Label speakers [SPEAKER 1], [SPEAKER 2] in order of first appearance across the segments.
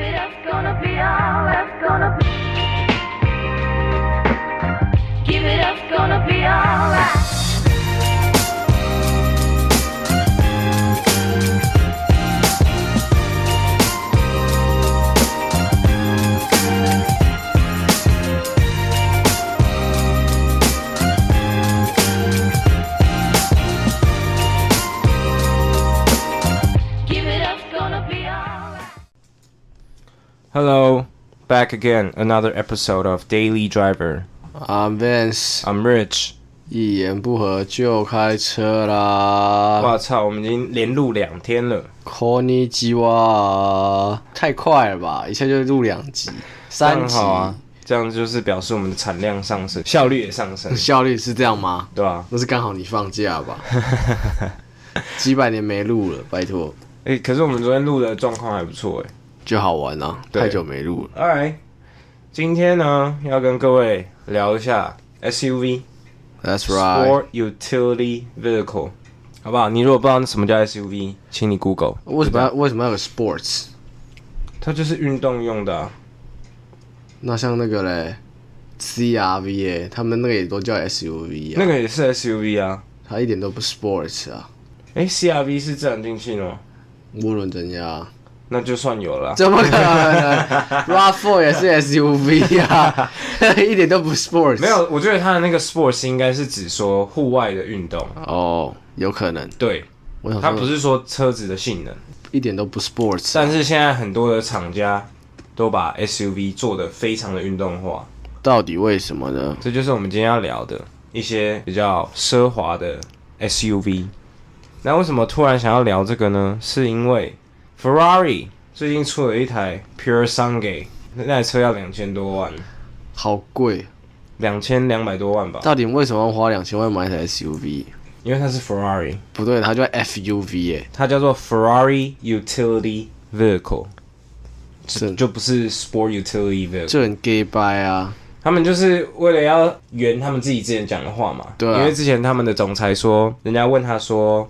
[SPEAKER 1] gonna be all that's gonna be. Give it up's gonna be alright. Give it up's gonna be alright.
[SPEAKER 2] Hello, back again, another episode of Daily Driver.
[SPEAKER 3] I'm Vance，
[SPEAKER 2] I'm Rich.
[SPEAKER 3] 一言不合就开车啦！
[SPEAKER 2] 哇操，我们已经连录两天了，
[SPEAKER 3] 科尼基哇，太快了吧！一下就录两集、
[SPEAKER 2] 这
[SPEAKER 3] 三
[SPEAKER 2] 样
[SPEAKER 3] 集，，
[SPEAKER 2] 好啊，这样就是表示我们的产量上升，效率也上升
[SPEAKER 3] 效率是这样吗？
[SPEAKER 2] 对吧、
[SPEAKER 3] 那是刚好你放 假吧？几百年没录了，拜托，
[SPEAKER 2] 诶，可是我们昨天录的状况还不错诶。
[SPEAKER 3] 就好玩啊！
[SPEAKER 2] 对
[SPEAKER 3] 太久没录了，
[SPEAKER 2] a l right，今天呢要跟各位聊一下 SUV
[SPEAKER 3] That's right。
[SPEAKER 2] Sport Utility Vehicle，好不好？你如果不知道什么叫 SUV，请你 Google。
[SPEAKER 3] 为什么要为什么要有 sports？
[SPEAKER 2] 它就是运动用的啊、
[SPEAKER 3] 那像那个嘞，CRV 哎，他们那个也都叫 SUV 啊，
[SPEAKER 2] 那个也是 SUV 啊。
[SPEAKER 3] 它一点都不 sports 啊，
[SPEAKER 2] 诶 c r v 是自然进气吗？
[SPEAKER 3] 涡轮增压啊。
[SPEAKER 2] 那就算有了啊。
[SPEAKER 3] 怎么可 能？RAV4 也是 SUV 啊， 一点都不 sports。
[SPEAKER 2] 没有，我觉得它的那个 sports 应该是指说户外的运动，
[SPEAKER 3] 哦，有可能。
[SPEAKER 2] 对，
[SPEAKER 3] 我想
[SPEAKER 2] 它
[SPEAKER 3] 说
[SPEAKER 2] 不是说车子的性能。
[SPEAKER 3] 一点都不 sports，
[SPEAKER 2] 但是现在很多的厂家都把 SUV 做得非常的运动化，
[SPEAKER 3] 到底为什么呢？
[SPEAKER 2] 这就是我们今天要聊的一些比较奢华的 SUV。那为什么突然想要聊这个呢？是因为 Ferrari 最近出了一台 Pure Sangue，那台车要两千多万，
[SPEAKER 3] 好贵，
[SPEAKER 2] 两千两百多万吧，
[SPEAKER 3] 到底为什么要花两千万买一台 SUV？
[SPEAKER 2] 因为它是 Ferrari，
[SPEAKER 3] 不对，它叫 FUV 耶、
[SPEAKER 2] 它叫做 Ferrari Utility Vehicle，
[SPEAKER 3] 这
[SPEAKER 2] 就不是 Sport Utility Vehicle。
[SPEAKER 3] 这很 gay bye 啊！
[SPEAKER 2] 他们就是为了要圆他们自己之前讲的话嘛。
[SPEAKER 3] 对啊
[SPEAKER 2] 因为之前他们的总裁说，人家问他说，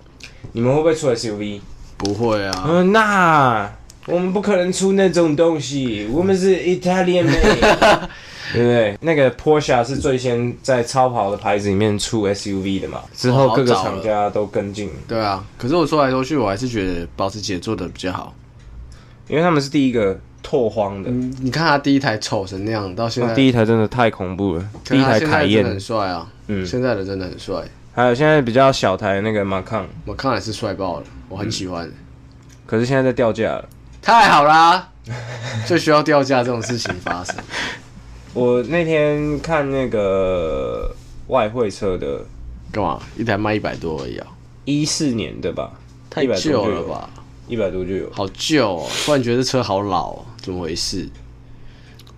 [SPEAKER 2] 你们会不会出 SUV？
[SPEAKER 3] 不会
[SPEAKER 2] 他
[SPEAKER 3] 啊，
[SPEAKER 2] 说那我们不可能出那种东西，我们是 Italian made，对 不对？那个 Porsche 啊是最先在超跑的牌子里面出 SUV 的嘛，之
[SPEAKER 3] 哦
[SPEAKER 2] 后
[SPEAKER 3] 好
[SPEAKER 2] 各个
[SPEAKER 3] 早
[SPEAKER 2] 厂
[SPEAKER 3] 了
[SPEAKER 2] 家都跟进，
[SPEAKER 3] 对啊。可是我说来说去，我还是觉得保时捷做的比较好。
[SPEAKER 2] 因为他们是第一个拓荒的。
[SPEAKER 3] 你你看他第一台丑成那样，到现在
[SPEAKER 2] 那哦第一台真的太恐怖了，
[SPEAKER 3] 可
[SPEAKER 2] 第一
[SPEAKER 3] 是他
[SPEAKER 2] 台
[SPEAKER 3] 现在
[SPEAKER 2] 凯
[SPEAKER 3] 真的
[SPEAKER 2] 宴
[SPEAKER 3] 很，帅啊，
[SPEAKER 2] 嗯
[SPEAKER 3] 现在的真的很帅，
[SPEAKER 2] 还有现在比较小台的那个马康，
[SPEAKER 3] 我看也是帅爆了，我很喜欢。
[SPEAKER 2] 可是现在在掉价了。
[SPEAKER 3] 太好啦， 最需要掉价这种事情发生。
[SPEAKER 2] 我那天看那个外汇车的，
[SPEAKER 3] 干嘛？一台卖一百多而已啊，
[SPEAKER 2] 一四年的吧，
[SPEAKER 3] 太
[SPEAKER 2] 100多就
[SPEAKER 3] 旧
[SPEAKER 2] 有
[SPEAKER 3] 了吧？
[SPEAKER 2] 一百多就有。
[SPEAKER 3] 好旧哦！突然觉得这车好老、哦，怎么回事？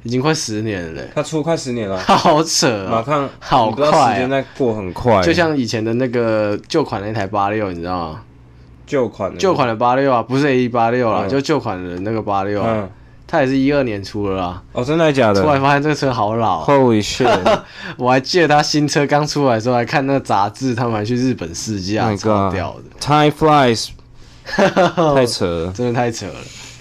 [SPEAKER 3] 已经快十年了嘞，
[SPEAKER 2] 它出快十年了，
[SPEAKER 3] 好扯
[SPEAKER 2] 马
[SPEAKER 3] 啊、
[SPEAKER 2] 上
[SPEAKER 3] 好
[SPEAKER 2] 你不知道
[SPEAKER 3] 快啊
[SPEAKER 2] 时间在过很快，
[SPEAKER 3] 就像以前的那个旧款那台八六，你知道吗？
[SPEAKER 2] 旧款的
[SPEAKER 3] 旧款的八六啊，不是 A 一八六啦，
[SPEAKER 2] 嗯
[SPEAKER 3] 就旧款的那个八六啊
[SPEAKER 2] 嗯，，
[SPEAKER 3] 它也是一二年出的啦。
[SPEAKER 2] 哦，真的假的
[SPEAKER 3] 突然发现这个车好老 哦，
[SPEAKER 2] ？Holy shit！
[SPEAKER 3] 我还记得它新车刚出来的时候，还看那个杂志，他们还去日本试
[SPEAKER 2] Oh
[SPEAKER 3] 驾，
[SPEAKER 2] my
[SPEAKER 3] 超屌
[SPEAKER 2] Time flies，
[SPEAKER 3] 的，
[SPEAKER 2] 太扯了。
[SPEAKER 3] 真的 太扯了。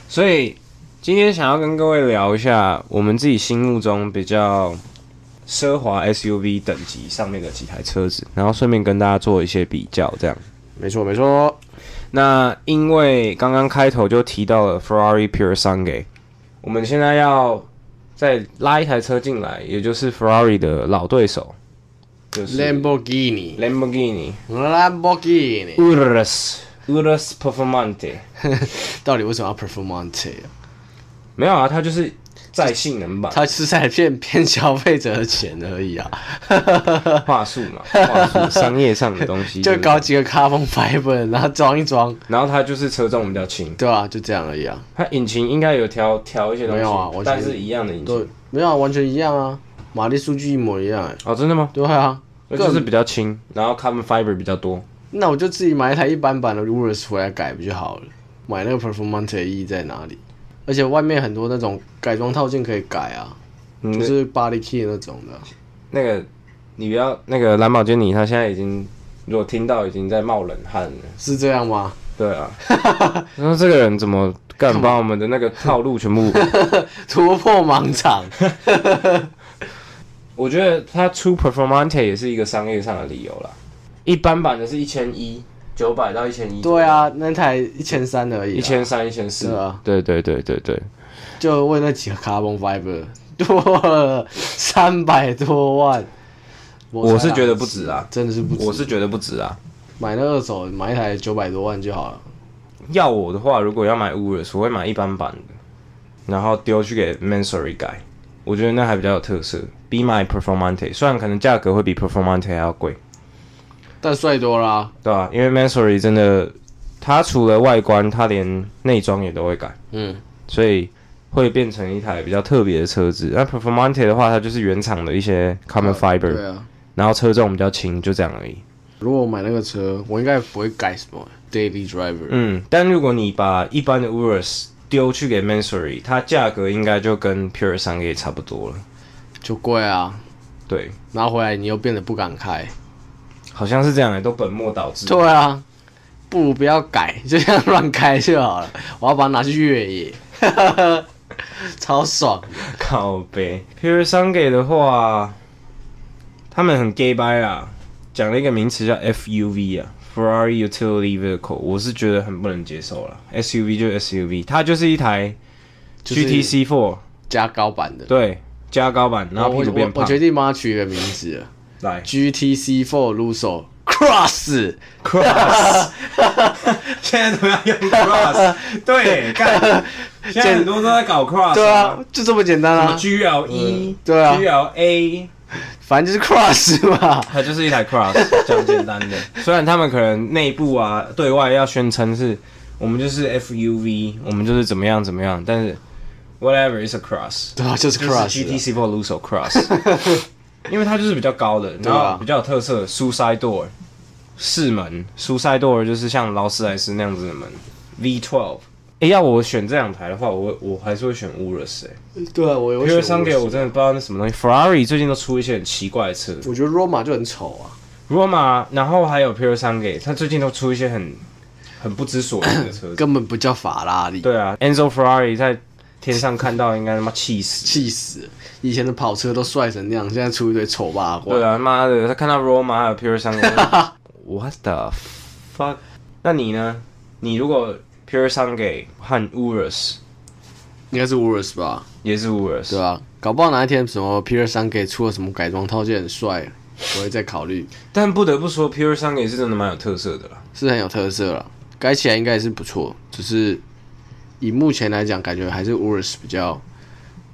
[SPEAKER 2] 所以今天想要跟各位聊一下我们自己心目中比较奢华 SUV 等级上面的几台车子，然后顺便跟大家做一些比较，这样。
[SPEAKER 3] 没错没错，
[SPEAKER 2] 那因为刚刚开头就提到了 Ferrari Pure Sangue，我们现在要再拉一台车进来，也就是 Ferrari 的老对手，就是
[SPEAKER 3] Lamborghini，
[SPEAKER 2] Lamborghini
[SPEAKER 3] Lamborghini，
[SPEAKER 2] Urus Urus Performante。
[SPEAKER 3] 到底为什么要 Performante？啊
[SPEAKER 2] 没有啊，它就是在性能版
[SPEAKER 3] 它是在骗骗消费者的钱而已啊，
[SPEAKER 2] 话术嘛，话术商业上的东西
[SPEAKER 3] 就
[SPEAKER 2] 对不对
[SPEAKER 3] 搞几个 carbon fiber，然后装一装，
[SPEAKER 2] 然后它就是车重比较轻，
[SPEAKER 3] 对啊，就这样而已啊，
[SPEAKER 2] 它引擎应该有调调一些东西，
[SPEAKER 3] 没有啊完全
[SPEAKER 2] 但是一样的引
[SPEAKER 3] 对
[SPEAKER 2] 擎。，
[SPEAKER 3] 没有啊完全一样啊，马力数据一模一样、欸，
[SPEAKER 2] 哦，真的吗？
[SPEAKER 3] 对啊，
[SPEAKER 2] 就是比较轻，然后 carbon fiber 比较多。
[SPEAKER 3] 那我就自己买一台一般版的 Urus 回来改不就好了？买那个 Performante 的意义在哪里？而且外面很多那种改装套件可以改啊，
[SPEAKER 2] 嗯
[SPEAKER 3] 就，是 body key 那种的啊，
[SPEAKER 2] 那个，你不要那个蓝宝坚尼，他现在已经，如果听到已经在冒冷汗了。
[SPEAKER 3] 是这样吗？
[SPEAKER 2] 对 啊，然后这个人怎么敢把我们的那个套路全部？
[SPEAKER 3] 突破盲场。
[SPEAKER 2] 我觉得他出 Performante 也是一个商业上的理由啦。一般版的是一千一，九百到一千一。
[SPEAKER 3] 对，啊，那台一千三而已啊，
[SPEAKER 2] 一千三、一千四
[SPEAKER 3] 对啊。
[SPEAKER 2] 对对对对对，
[SPEAKER 3] 就为那几个 carbon fiber 多了三百多万。
[SPEAKER 2] 我是觉得不止啊
[SPEAKER 3] 真的是不止。
[SPEAKER 2] 我是觉得不值啊。
[SPEAKER 3] 买那二手，买一台九百多万就好了。
[SPEAKER 2] 要我的话，如果要买 Urus，我会买一般版的，然后丢去给 Mansory 改。我觉得那还比较有特色，Be My Performante，虽然可能价格会比 Performante 还要贵，
[SPEAKER 3] 但帅多啦、
[SPEAKER 2] 对吧、因为 Mansory 真的，它除了外观，它连内装也都会改，
[SPEAKER 3] 嗯，
[SPEAKER 2] 所以会变成一台比较特别的车子。那 Performante 的话，它就是原厂的一些 Common Fiber，、
[SPEAKER 3] 对啊。
[SPEAKER 2] 然后车重比较轻，就这样而已。
[SPEAKER 3] 如果我买那个车，我应该不会改什么 daily driver，、
[SPEAKER 2] 嗯，但如果你把一般的 Urus 丢去给 Mansory，它价格应该就跟 Pure 三 A 差不多了。
[SPEAKER 3] 就贵啊。
[SPEAKER 2] 对，
[SPEAKER 3] 拿回来你又变得不敢开。
[SPEAKER 2] 嗯好像是这样的，欸都本末倒置。
[SPEAKER 3] 对啊，不如不要改， 就这样乱开就好了。我要把它拿去越野， 超爽。
[SPEAKER 2] 靠背，Pure Sunday 的话，他们很 gay bye 啦，讲了一个名词叫 FUV 啊，Ferrari Utility Vehicle，我是觉得很不能接受了。SUV 就 SUV，它就是一台
[SPEAKER 3] 就是
[SPEAKER 2] GTC Four，
[SPEAKER 3] 加高版的。
[SPEAKER 2] 对，加高版，然后
[SPEAKER 3] 我
[SPEAKER 2] 屁股变
[SPEAKER 3] 我我
[SPEAKER 2] 胖。
[SPEAKER 3] 决定帮它取一个名字了
[SPEAKER 2] 来
[SPEAKER 3] ，GTC Four Lusso Cross。
[SPEAKER 2] ，Cross，现在怎么样用 Cross？对，看，现在很多都在搞 Cross，
[SPEAKER 3] 对啊，，就这么简单
[SPEAKER 2] 什么 E，
[SPEAKER 3] 啊，
[SPEAKER 2] GL 一、
[SPEAKER 3] 对啊
[SPEAKER 2] ，GLA。
[SPEAKER 3] 反正就是 Cross 嘛。
[SPEAKER 2] 它就是一台 cross，讲简单的。虽然他们可能内部啊、对外要宣称是我们就是 FUV，我们就是怎么样怎么样，但是 whatever is a cross，
[SPEAKER 3] 对啊，就是
[SPEAKER 2] 就
[SPEAKER 3] Cross
[SPEAKER 2] 是
[SPEAKER 3] 啊。
[SPEAKER 2] GTC 或 Lusso cross，因为它就是比较高的，
[SPEAKER 3] 啊
[SPEAKER 2] 然后比较有特色，suicide door 四门，suicide door 就是像劳斯莱斯那样子的门，V12。哎、要我选这两台的话，我我还是会选 Urus 哎、
[SPEAKER 3] 对啊，我我
[SPEAKER 2] 因为
[SPEAKER 3] 选
[SPEAKER 2] 商给我
[SPEAKER 3] Urus
[SPEAKER 2] 真的不知道那什么东西。Ferrari 最近都出一些很奇怪的车，
[SPEAKER 3] 我觉得 Roma 就很丑啊。
[SPEAKER 2] 罗马，然后还有 Pure Sangue，他最近都出一些很很不知所云的车子。
[SPEAKER 3] 根本不叫法拉利，
[SPEAKER 2] 对啊，Enzo Ferrari 在天上看到应该他妈气死。
[SPEAKER 3] 气死了！以前的跑车都帅成那样，现在出一堆丑八怪。
[SPEAKER 2] 对啊，妈的，他看到 Roma 还有 Pure Sangue，What the fuck？那你呢？你如果 Pure Sangue 和 Urus
[SPEAKER 3] 应该是 Urus 吧？
[SPEAKER 2] 也是 Urus，
[SPEAKER 3] 对啊，搞不好哪一天什么 Peter 三给出了什么改装套件很帅，我会再考虑，
[SPEAKER 2] 但不得不说 Pure Sangue 是真的蛮有特色的啦。
[SPEAKER 3] 是很有特色了，改起来应该也是不错。只是以目前来讲，感觉还是 Urus 比较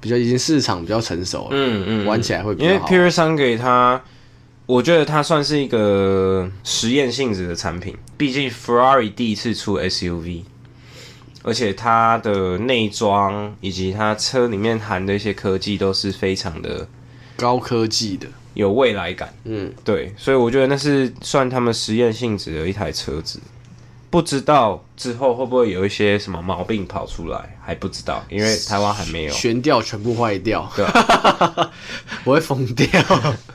[SPEAKER 3] 比较已经市场比较成熟了，
[SPEAKER 2] 嗯嗯，
[SPEAKER 3] 玩起来会比
[SPEAKER 2] 因为
[SPEAKER 3] 较好。
[SPEAKER 2] Pure Sangue 它，我觉得它算是一个实验性质的产品，毕竟 Ferrari 第一次出 SUV，而且它的内装以及它车里面含的一些科技都是非常的
[SPEAKER 3] 高科技的，
[SPEAKER 2] 有未来感。
[SPEAKER 3] 嗯，
[SPEAKER 2] 对，所以我觉得那是算他们实验性质的一台车子。不知道之后会不会有一些什么毛病跑出来，还不知道，因为台湾还没有。
[SPEAKER 3] 悬吊全部坏掉，
[SPEAKER 2] 对啊
[SPEAKER 3] 我会疯掉。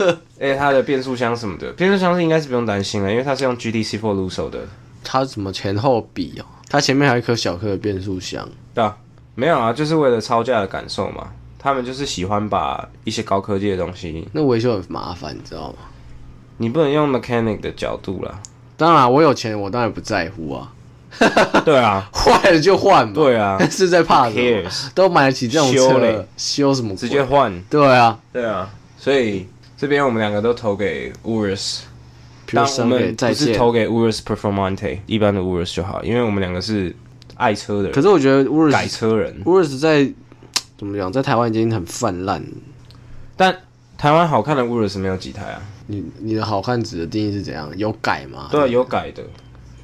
[SPEAKER 2] 而且它的变速箱什么的，变速箱是应该是不用担心了，因为它是用 GTC4 Lusso 的。
[SPEAKER 3] 它怎么前后比哦？它前面还有一颗小颗的变速箱，
[SPEAKER 2] 对啊，没有啊，就是为了超价的感受嘛。他们就是喜欢把一些高科技的东西，
[SPEAKER 3] 那维修很麻烦，你知道吗？
[SPEAKER 2] 你不能用 mechanic 的角度啦。
[SPEAKER 3] 当然，我有钱，我当然不在乎啊，
[SPEAKER 2] 对 啊，
[SPEAKER 3] 坏了就换嘛。
[SPEAKER 2] 对啊
[SPEAKER 3] 是在怕什么
[SPEAKER 2] Cares？
[SPEAKER 3] 都买得起这种
[SPEAKER 2] 修
[SPEAKER 3] 车
[SPEAKER 2] 嘞
[SPEAKER 3] 了，修什么鬼？
[SPEAKER 2] 直接换。
[SPEAKER 3] 对啊，
[SPEAKER 2] 对啊，所以这边我们两个都投给 Urus，
[SPEAKER 3] 比
[SPEAKER 2] 但
[SPEAKER 3] 如
[SPEAKER 2] 我
[SPEAKER 3] 三给
[SPEAKER 2] 们
[SPEAKER 3] 再
[SPEAKER 2] 不是
[SPEAKER 3] 见。
[SPEAKER 2] 投给 Urus Performante 一般的 Urus 就好，因为我们两个是爱车的
[SPEAKER 3] 可
[SPEAKER 2] 人，
[SPEAKER 3] 是我觉得
[SPEAKER 2] 改
[SPEAKER 3] Urus
[SPEAKER 2] 车人。
[SPEAKER 3] Urus 在怎么讲，在台湾已经很泛滥了。
[SPEAKER 2] 但台湾好看的 Urus 没有几台啊。
[SPEAKER 3] 你你的好看指的定义是怎样？有改吗？
[SPEAKER 2] 对啊，，有改的。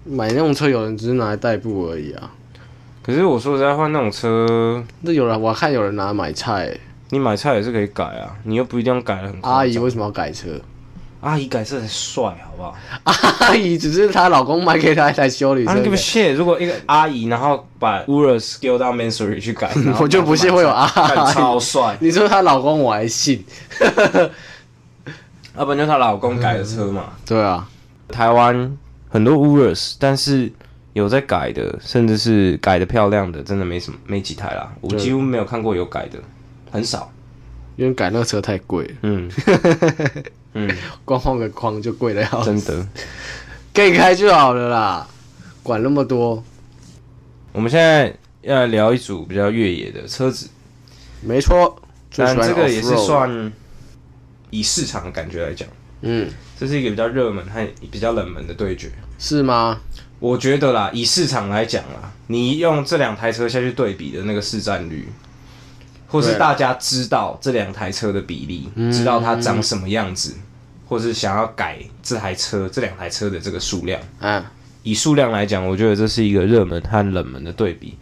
[SPEAKER 3] 买那种车有人只是拿来代步而已啊。
[SPEAKER 2] 可是我说实在话，那种车
[SPEAKER 3] 那有人我看有人拿来买菜、
[SPEAKER 2] 你买菜也是可以改啊，你又不一定要改的很夸张
[SPEAKER 3] 阿姨为什么要改车？
[SPEAKER 2] 阿姨改色才帅，好不好
[SPEAKER 3] 阿姨只是她老公买给她一台修理
[SPEAKER 2] ？I
[SPEAKER 3] 车
[SPEAKER 2] don't give a，
[SPEAKER 3] 的
[SPEAKER 2] shit。如果一个阿姨，然后把 Urus 丢到 Mansory 去改，然后
[SPEAKER 3] 我就不信会有阿姨
[SPEAKER 2] 干超帅，
[SPEAKER 3] 你说她老公我还信。
[SPEAKER 2] 要不然就她老公改的车嘛。
[SPEAKER 3] 对啊，
[SPEAKER 2] 台湾很多 Urus，但是有在改的，甚至是改的漂亮的，真的没什么没几台啦。我
[SPEAKER 3] 对
[SPEAKER 2] 几乎没有看过有改的，很少。
[SPEAKER 3] 因为改那个车太贵了，
[SPEAKER 2] 嗯，
[SPEAKER 3] 光换个框就贵了要 死
[SPEAKER 2] 真的。
[SPEAKER 3] 可以开就好了啦，管那么多
[SPEAKER 2] 我们现在要来聊一组比较越野的车子，
[SPEAKER 3] 没错。最
[SPEAKER 2] 但
[SPEAKER 3] 喜欢
[SPEAKER 2] 这个也是
[SPEAKER 3] off-road
[SPEAKER 2] 算以市场的感觉来讲，
[SPEAKER 3] 嗯
[SPEAKER 2] 这是一个比较热门和比较冷门的对决。
[SPEAKER 3] 是吗？
[SPEAKER 2] 我觉得啦，以市场来讲啦，你用这两台车下去对比的那个市占率，或是
[SPEAKER 3] 对啊嗯
[SPEAKER 2] 大家知道这两台车的比例，知道它长什么样子，或是想要改这台车这两台车的这个数量，
[SPEAKER 3] 啊，
[SPEAKER 2] 以数量来讲，我觉得这是一个热门和冷门的对比。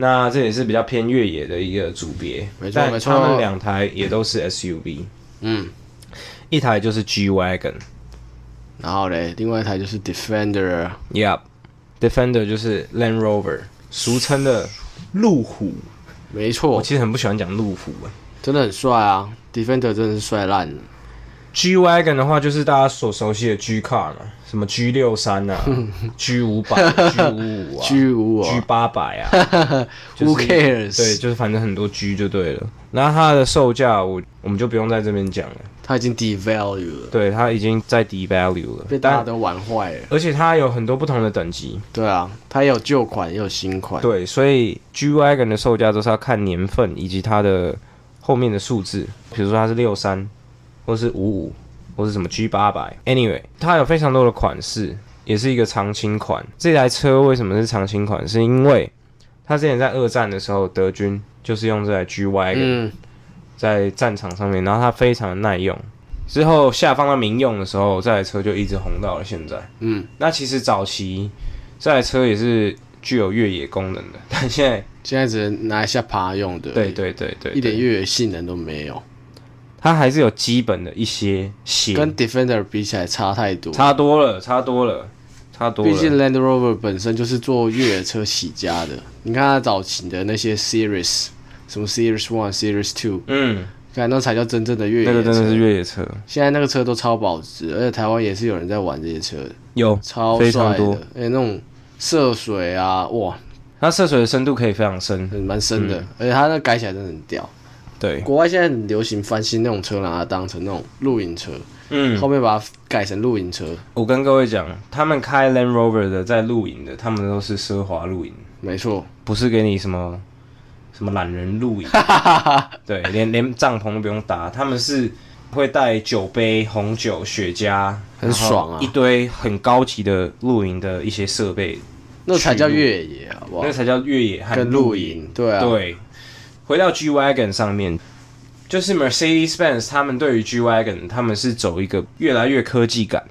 [SPEAKER 2] 那这也是比较偏越野的一个组别，
[SPEAKER 3] 没错
[SPEAKER 2] 但
[SPEAKER 3] 没错
[SPEAKER 2] 他们两台也都是 SUV，
[SPEAKER 3] 嗯，
[SPEAKER 2] 一台就是 G Wagon，Yep，Defender
[SPEAKER 3] 然后嘞，另外一台就是 Defender，
[SPEAKER 2] 就是 Land Rover，俗称的路虎。
[SPEAKER 3] 没
[SPEAKER 2] 我
[SPEAKER 3] 错，
[SPEAKER 2] 其实很不喜欢讲路虎、欸。
[SPEAKER 3] 真的很帅啊，Defender 真的是帅烂了。
[SPEAKER 2] G Wagon 的话，就是大家所熟悉的 G Car 嘛，什么 G 六三 啊、G 五百、G 五五啊、
[SPEAKER 3] G 五
[SPEAKER 2] G
[SPEAKER 3] 哦
[SPEAKER 2] 八百 啊就是
[SPEAKER 3] ，Who cares？
[SPEAKER 2] 对，就是反正很多 G 就对了。那它的售价，我我们就不用在这边讲了，
[SPEAKER 3] 他已经 devalue 了，
[SPEAKER 2] 对，它已经在 devalue
[SPEAKER 3] 被
[SPEAKER 2] 了，
[SPEAKER 3] 大家
[SPEAKER 2] 但
[SPEAKER 3] 都玩坏了。
[SPEAKER 2] 而且它有很多不同的等级，
[SPEAKER 3] 对啊，他也有旧款，也有新款。
[SPEAKER 2] 对，所以 G Wagon 的售价都是要看年份以及它的后面的数字，比如说它是六三，或是五五，或是什么 G 八百。Anyway，它有非常多的款式，也是一个长青款。这台车为什么是长青款？是因为它之前在二战的时候，德军就是用这台 G Wagon、
[SPEAKER 3] 嗯，
[SPEAKER 2] 在战场上面，然后它非常的耐用。之后下放到民用的时候，这台车就一直红到了现在。
[SPEAKER 3] 嗯，
[SPEAKER 2] 那其实早期这台车也是具有越野功能的， 但现在
[SPEAKER 3] 现在只能拿来下爬用的，
[SPEAKER 2] 对，对对对，
[SPEAKER 3] 一点
[SPEAKER 2] 对
[SPEAKER 3] 越野性能都没有，
[SPEAKER 2] 它还是有基本的一些鞋，
[SPEAKER 3] 跟 Defender 比起来差太
[SPEAKER 2] 嗯
[SPEAKER 3] 多。
[SPEAKER 2] 差多了，差多了，差多
[SPEAKER 3] 毕竟
[SPEAKER 2] 了。
[SPEAKER 3] Land Rover 本身就是做越野车起家的，你看它早期的那些 Series，什么 Series One、Series Two，
[SPEAKER 2] 嗯，
[SPEAKER 3] 看那才叫真正的越野
[SPEAKER 2] 那
[SPEAKER 3] 车。
[SPEAKER 2] 个真的是越野车，
[SPEAKER 3] 现在那个车都超保值，而且台湾也是有人在玩这些车，
[SPEAKER 2] 有
[SPEAKER 3] 超
[SPEAKER 2] 非
[SPEAKER 3] 帅
[SPEAKER 2] 常
[SPEAKER 3] 的
[SPEAKER 2] 多，，
[SPEAKER 3] 而且那种涉水啊，哇，
[SPEAKER 2] 它涉水的深度可以非常深。
[SPEAKER 3] 很蛮
[SPEAKER 2] 嗯
[SPEAKER 3] 深的，而且它那改起来真的很屌。
[SPEAKER 2] 对，
[SPEAKER 3] 国外现在很流行翻新那种车，拿它当成那种露营车，
[SPEAKER 2] 嗯
[SPEAKER 3] 后，面把它改成露营车，
[SPEAKER 2] 我跟各位讲，他们开 Land Rover 的在露营的，他们都是奢华露营。
[SPEAKER 3] 没错，
[SPEAKER 2] 不是给你什么什么懒人露 营，对，连连帐篷都不用搭，他们是会带酒杯、红酒、雪茄，
[SPEAKER 3] 很
[SPEAKER 2] 然后
[SPEAKER 3] 爽啊
[SPEAKER 2] 一堆很高级的露营的一些设备，
[SPEAKER 3] 那才叫越野，好不好
[SPEAKER 2] 那？才叫越野和
[SPEAKER 3] 跟露
[SPEAKER 2] 露
[SPEAKER 3] 营，对啊，
[SPEAKER 2] 对，回到 G Wagon 上面，就是 Mercedes-Benz 他们对于 G Wagon，他们是走一个越来越科技感，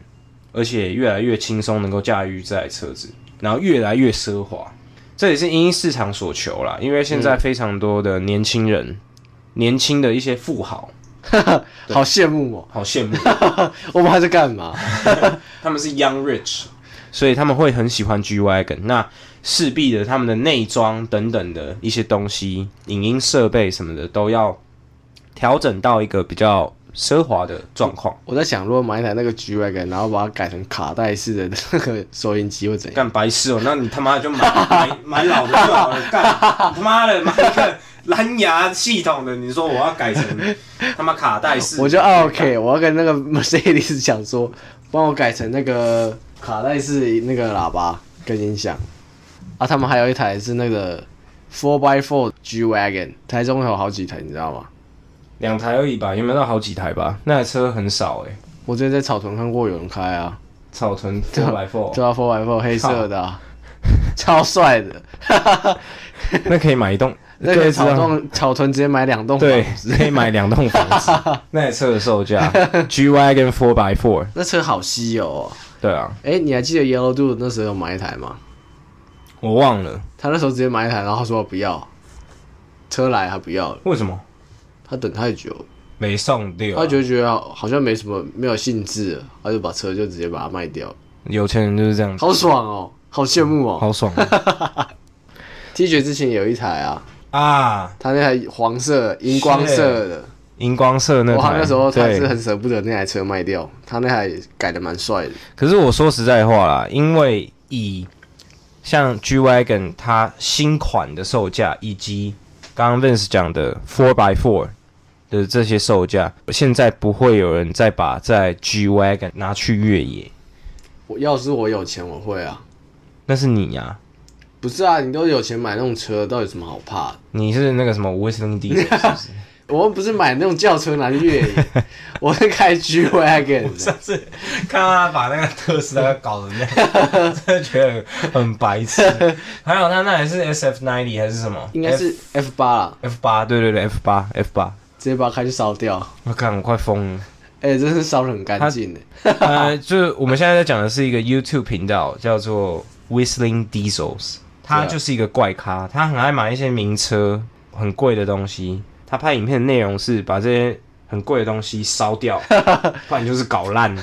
[SPEAKER 2] 而且越来越轻松能够驾驭这台车子，然后越来越奢华。这也是因市场所求啦，因为现
[SPEAKER 3] 嗯
[SPEAKER 2] 在非常多的年轻人，年轻的一些富豪，
[SPEAKER 3] 好羡慕哦，
[SPEAKER 2] 好羡慕，
[SPEAKER 3] 我们还在干嘛？
[SPEAKER 2] 他们是 Young Rich，所以他们会很喜欢 G Wagon。那势必的，他们的内装等等的一些东西，影音设备什么的，都要调整到一个比较奢华的状况。
[SPEAKER 3] 我在想，如果买一台那个 G Wagon，然后把它改成卡带式的那个收音机会怎样？
[SPEAKER 2] 干白痴哦、那你他妈就买买买老的就好了，干你他妈的买一个蓝牙系统的，你说我要改成他妈卡带式，
[SPEAKER 3] 我就啊 OK，我要跟那个 Mercedes 讲说，帮我改成那个卡带式那个喇叭跟音响。啊，他们还有一台是那个 Four by Four G Wagon，台中有好几台，你知道吗？
[SPEAKER 2] 两台而已吧，有没有到好几台吧？那台车很少哎、
[SPEAKER 3] 我之前在草屯看过有人开啊，
[SPEAKER 2] 草屯 four by four，
[SPEAKER 3] 对啊，Four by Four 黑色的、啊，超帅的。
[SPEAKER 2] 那可以买一栋，
[SPEAKER 3] 那
[SPEAKER 2] 各
[SPEAKER 3] 个
[SPEAKER 2] 位知道
[SPEAKER 3] 草屯草屯直接买两栋房
[SPEAKER 2] 啊对，
[SPEAKER 3] 子，
[SPEAKER 2] 可以买两栋房子。 那台车的售价 G Wagon Four by Four，
[SPEAKER 3] 那车好稀有哦。
[SPEAKER 2] 对啊，
[SPEAKER 3] 哎、你还记得 Yellow d o 那时候有买一台吗？
[SPEAKER 2] 我忘了
[SPEAKER 3] 他那时候直接买一台，然后他说不要，车来他不要了，
[SPEAKER 2] 为什么
[SPEAKER 3] 他等太久了。
[SPEAKER 2] 没送掉、
[SPEAKER 3] 他就觉得好像没什么没有兴致了，他就把车就直接把它卖掉，
[SPEAKER 2] 有钱人就是这样子，
[SPEAKER 3] 好爽哦，好羡慕哦。
[SPEAKER 2] 好爽 啊
[SPEAKER 3] T 恤之前有一台啊，
[SPEAKER 2] 啊！
[SPEAKER 3] 他那台黄色荧光色的，
[SPEAKER 2] 荧光色那
[SPEAKER 3] 我好
[SPEAKER 2] 台，
[SPEAKER 3] 像那时候他
[SPEAKER 2] 对
[SPEAKER 3] 是很舍不得那台车卖掉，他那台改的蛮帅的，
[SPEAKER 2] 可是我说实在话啦，因为以像 G Wagon 它新款的售价，以及刚刚 Vince 讲的 Four by Four 的这些售价，现在不会有人再把在 G Wagon 拿去越野，
[SPEAKER 3] 我要是我有钱，我会啊。
[SPEAKER 2] 那是你呀、
[SPEAKER 3] 不是啊，你都有钱买那种车，到底有什么好怕的？
[SPEAKER 2] 你是那个什么威斯汀 D，是 不是
[SPEAKER 3] 我们不是买那种轿车拿去越野，我是开 G wagon 的。
[SPEAKER 2] 上次看到他把那个特斯拉搞成那 样，真的觉得很很白痴。还有他那也是 S F 9 0还是什么？
[SPEAKER 3] 应该是 F 八啦，
[SPEAKER 2] F 八，对对对，F 八 F 八。
[SPEAKER 3] 直接把它开去烧掉。
[SPEAKER 2] 我看我快疯了。
[SPEAKER 3] 哎、真是烧得很干净的。
[SPEAKER 2] 呃，就是我们现在在讲的是一个 YouTube 频道，叫做 Whistling Diesels，他
[SPEAKER 3] 对啊
[SPEAKER 2] 就是一个怪咖，他很爱买一些名车、很贵的东西。他拍影片的内容是把这些很贵的东西烧 掉，不然就是搞烂。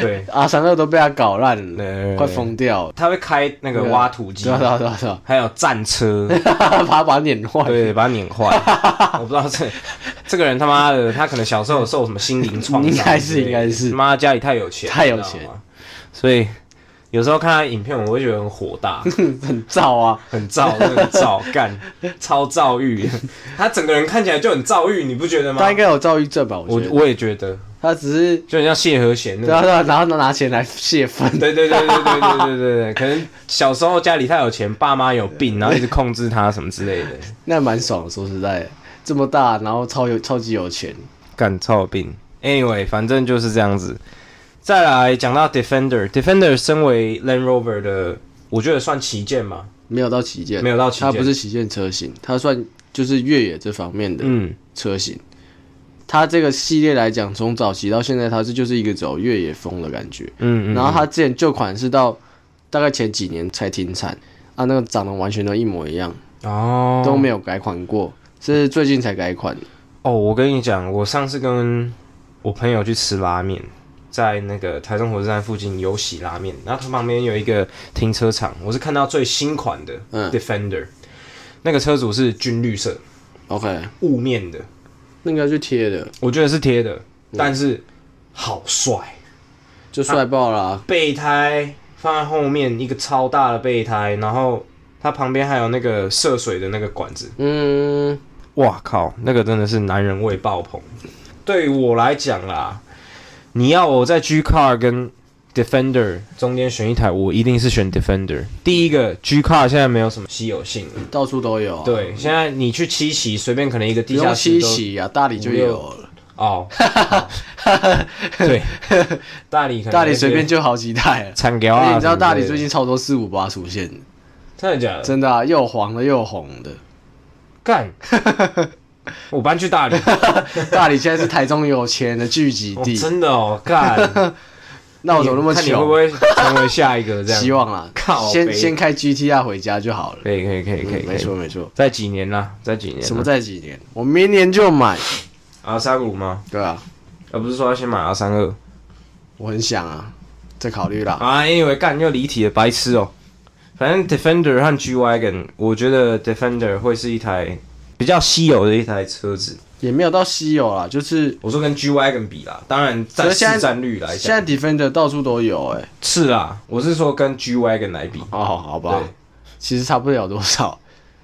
[SPEAKER 2] 对，
[SPEAKER 3] R 啊三二都被他搞烂
[SPEAKER 2] 对对对
[SPEAKER 3] 了，快疯掉了。
[SPEAKER 2] 他会开那个挖土机
[SPEAKER 3] 对，啊对啊对啊对 啊，
[SPEAKER 2] 还有战车，
[SPEAKER 3] 把他把它碾坏。
[SPEAKER 2] 对，把它碾坏。我不知道这这个人他妈的，他可能小时候有受什么心灵创伤之类的，
[SPEAKER 3] 应该是应该是
[SPEAKER 2] 妈家里太有钱，
[SPEAKER 3] 太有
[SPEAKER 2] 你知道
[SPEAKER 3] 钱
[SPEAKER 2] 吗，所以有时候看他影片，我会觉得很火大，
[SPEAKER 3] 很燥啊，
[SPEAKER 2] 很躁，真的很躁，干超躁郁。他整个人看起来就很躁郁，你不觉得吗？
[SPEAKER 3] 他应该有躁郁症吧？我
[SPEAKER 2] 我
[SPEAKER 3] 觉得
[SPEAKER 2] 我也觉得，
[SPEAKER 3] 他只是
[SPEAKER 2] 就很像谢和弦那
[SPEAKER 3] 对啊
[SPEAKER 2] 种。
[SPEAKER 3] 对啊，然后拿拿钱来泄愤。
[SPEAKER 2] 对对对对对对对对对，可能小时候家里太有钱，爸妈有病，然后一直控制他什么之类的，
[SPEAKER 3] 那蛮爽的，说实在的，这么大，然后超有超级有钱，
[SPEAKER 2] 干超有病。Anyway，反正就是这样子。再来讲到 Defender，Defender 身为 Land Rover 的，我觉得算旗舰嘛，
[SPEAKER 3] 没有到旗舰，
[SPEAKER 2] 没有到旗舰
[SPEAKER 3] 它不是旗舰车型，它算就是越野这方面的
[SPEAKER 2] 嗯，
[SPEAKER 3] 车型。它这个系列来讲，从早期到现在，它是就是一个走越野风的感觉。
[SPEAKER 2] 嗯，嗯
[SPEAKER 3] 然后它之前旧款是到大概前几年才停产，啊，那个长得完全都一模一样，
[SPEAKER 2] 哦
[SPEAKER 3] 都没有改款过，是最近才改款的。
[SPEAKER 2] 哦。我跟你讲，我上次跟我朋友去吃拉面，在那个台中火车站附近有喜拉面，然后它旁边有一个停车场，我是看到最新款的
[SPEAKER 3] 嗯
[SPEAKER 2] Defender，、那个车主是军绿色
[SPEAKER 3] OK，
[SPEAKER 2] 雾面的，
[SPEAKER 3] 那个就贴的，
[SPEAKER 2] 我觉得是贴的，但是好帅。
[SPEAKER 3] 就帅爆啦、
[SPEAKER 2] 备胎放在后面一个超大的备胎，然后它旁边还有那个涉水的那个管子。
[SPEAKER 3] 嗯，
[SPEAKER 2] 哇靠，那个真的是男人味爆棚。对于我来讲啦，你要我在 G Car 跟 Defender 中间选一台，我一定是选 Defender。第一哦个 G Car 现在没有什么稀有性了，
[SPEAKER 3] 到处都有、啊。，
[SPEAKER 2] 对，现在你去七喜随便可能一个
[SPEAKER 3] 不
[SPEAKER 2] 地下
[SPEAKER 3] 用
[SPEAKER 2] 室
[SPEAKER 3] 七
[SPEAKER 2] 都
[SPEAKER 3] 喜啊，大理就有了，
[SPEAKER 2] 哦，好对，大理可能
[SPEAKER 3] 大理随便就好几台 了。
[SPEAKER 2] 参考
[SPEAKER 3] 而且
[SPEAKER 2] 啊，
[SPEAKER 3] 你知道大理最近超多四五八出现的，
[SPEAKER 2] 真的假的？
[SPEAKER 3] 真的啊，又黄的又红的。
[SPEAKER 2] 干，我搬去大理，
[SPEAKER 3] 大理现在是台中有钱的聚集
[SPEAKER 2] 哦
[SPEAKER 3] 地，
[SPEAKER 2] 真的哦， 干，
[SPEAKER 3] 那我怎么那么
[SPEAKER 2] 看你会不
[SPEAKER 3] 穷？
[SPEAKER 2] 会成为下一个这样？
[SPEAKER 3] 希望啦，
[SPEAKER 2] 靠
[SPEAKER 3] 先
[SPEAKER 2] 北
[SPEAKER 3] 先开 GTR 回家就好了。
[SPEAKER 2] 可以，可以，可以，可以，
[SPEAKER 3] 嗯没
[SPEAKER 2] 可
[SPEAKER 3] 错
[SPEAKER 2] 以，
[SPEAKER 3] 没错。
[SPEAKER 2] 在几年啦？在几年啦？
[SPEAKER 3] 什么在几年？我明年就买。
[SPEAKER 2] 阿萨古吗？
[SPEAKER 3] 对啊，
[SPEAKER 2] 而不是说要先买阿三二
[SPEAKER 3] 我很想啊，在考虑啦。
[SPEAKER 2] 啊？因为干又离题了，白痴哦。反正 Defender 和 G Wagon，我觉得 Defender 会是一台比较稀有的一台车子。
[SPEAKER 3] 也没有到稀有啦，就是
[SPEAKER 2] 我说跟 G Wagon 比啦，当然在
[SPEAKER 3] 所以现在
[SPEAKER 2] 市占率来
[SPEAKER 3] 现在
[SPEAKER 2] 讲
[SPEAKER 3] Defender 到处都有哎、欸。
[SPEAKER 2] 是啦，我是说跟 G Wagon 来比。
[SPEAKER 3] 哦，好吧
[SPEAKER 2] 对，
[SPEAKER 3] 其实差不了多少。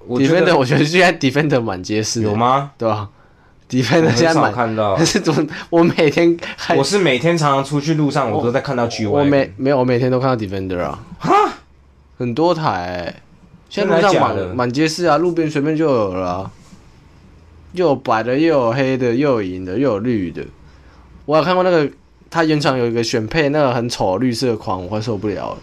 [SPEAKER 2] 我觉得
[SPEAKER 3] Defender 我觉得现在 Defender 满街是的
[SPEAKER 2] 有？吗？
[SPEAKER 3] 对吧、啊、
[SPEAKER 2] 我
[SPEAKER 3] ？Defender
[SPEAKER 2] 很
[SPEAKER 3] 现在
[SPEAKER 2] 少
[SPEAKER 3] 满，
[SPEAKER 2] 看到
[SPEAKER 3] 但。 是怎么？我每天看
[SPEAKER 2] 我是每天常常出去路上，我都在看到 G
[SPEAKER 3] 我
[SPEAKER 2] Y。
[SPEAKER 3] 每没有，我每天都看到 Defender 啊，
[SPEAKER 2] 哈，
[SPEAKER 3] 很多台、欸，现在
[SPEAKER 2] 真的
[SPEAKER 3] 路上
[SPEAKER 2] 假
[SPEAKER 3] 满
[SPEAKER 2] 的
[SPEAKER 3] 满街是啊，路边随便就有了啊、又有白的，又有黑的，又有银的，又有绿的。我有看过那个，它原厂有一个选配那个很丑的绿色框，我快受不了了。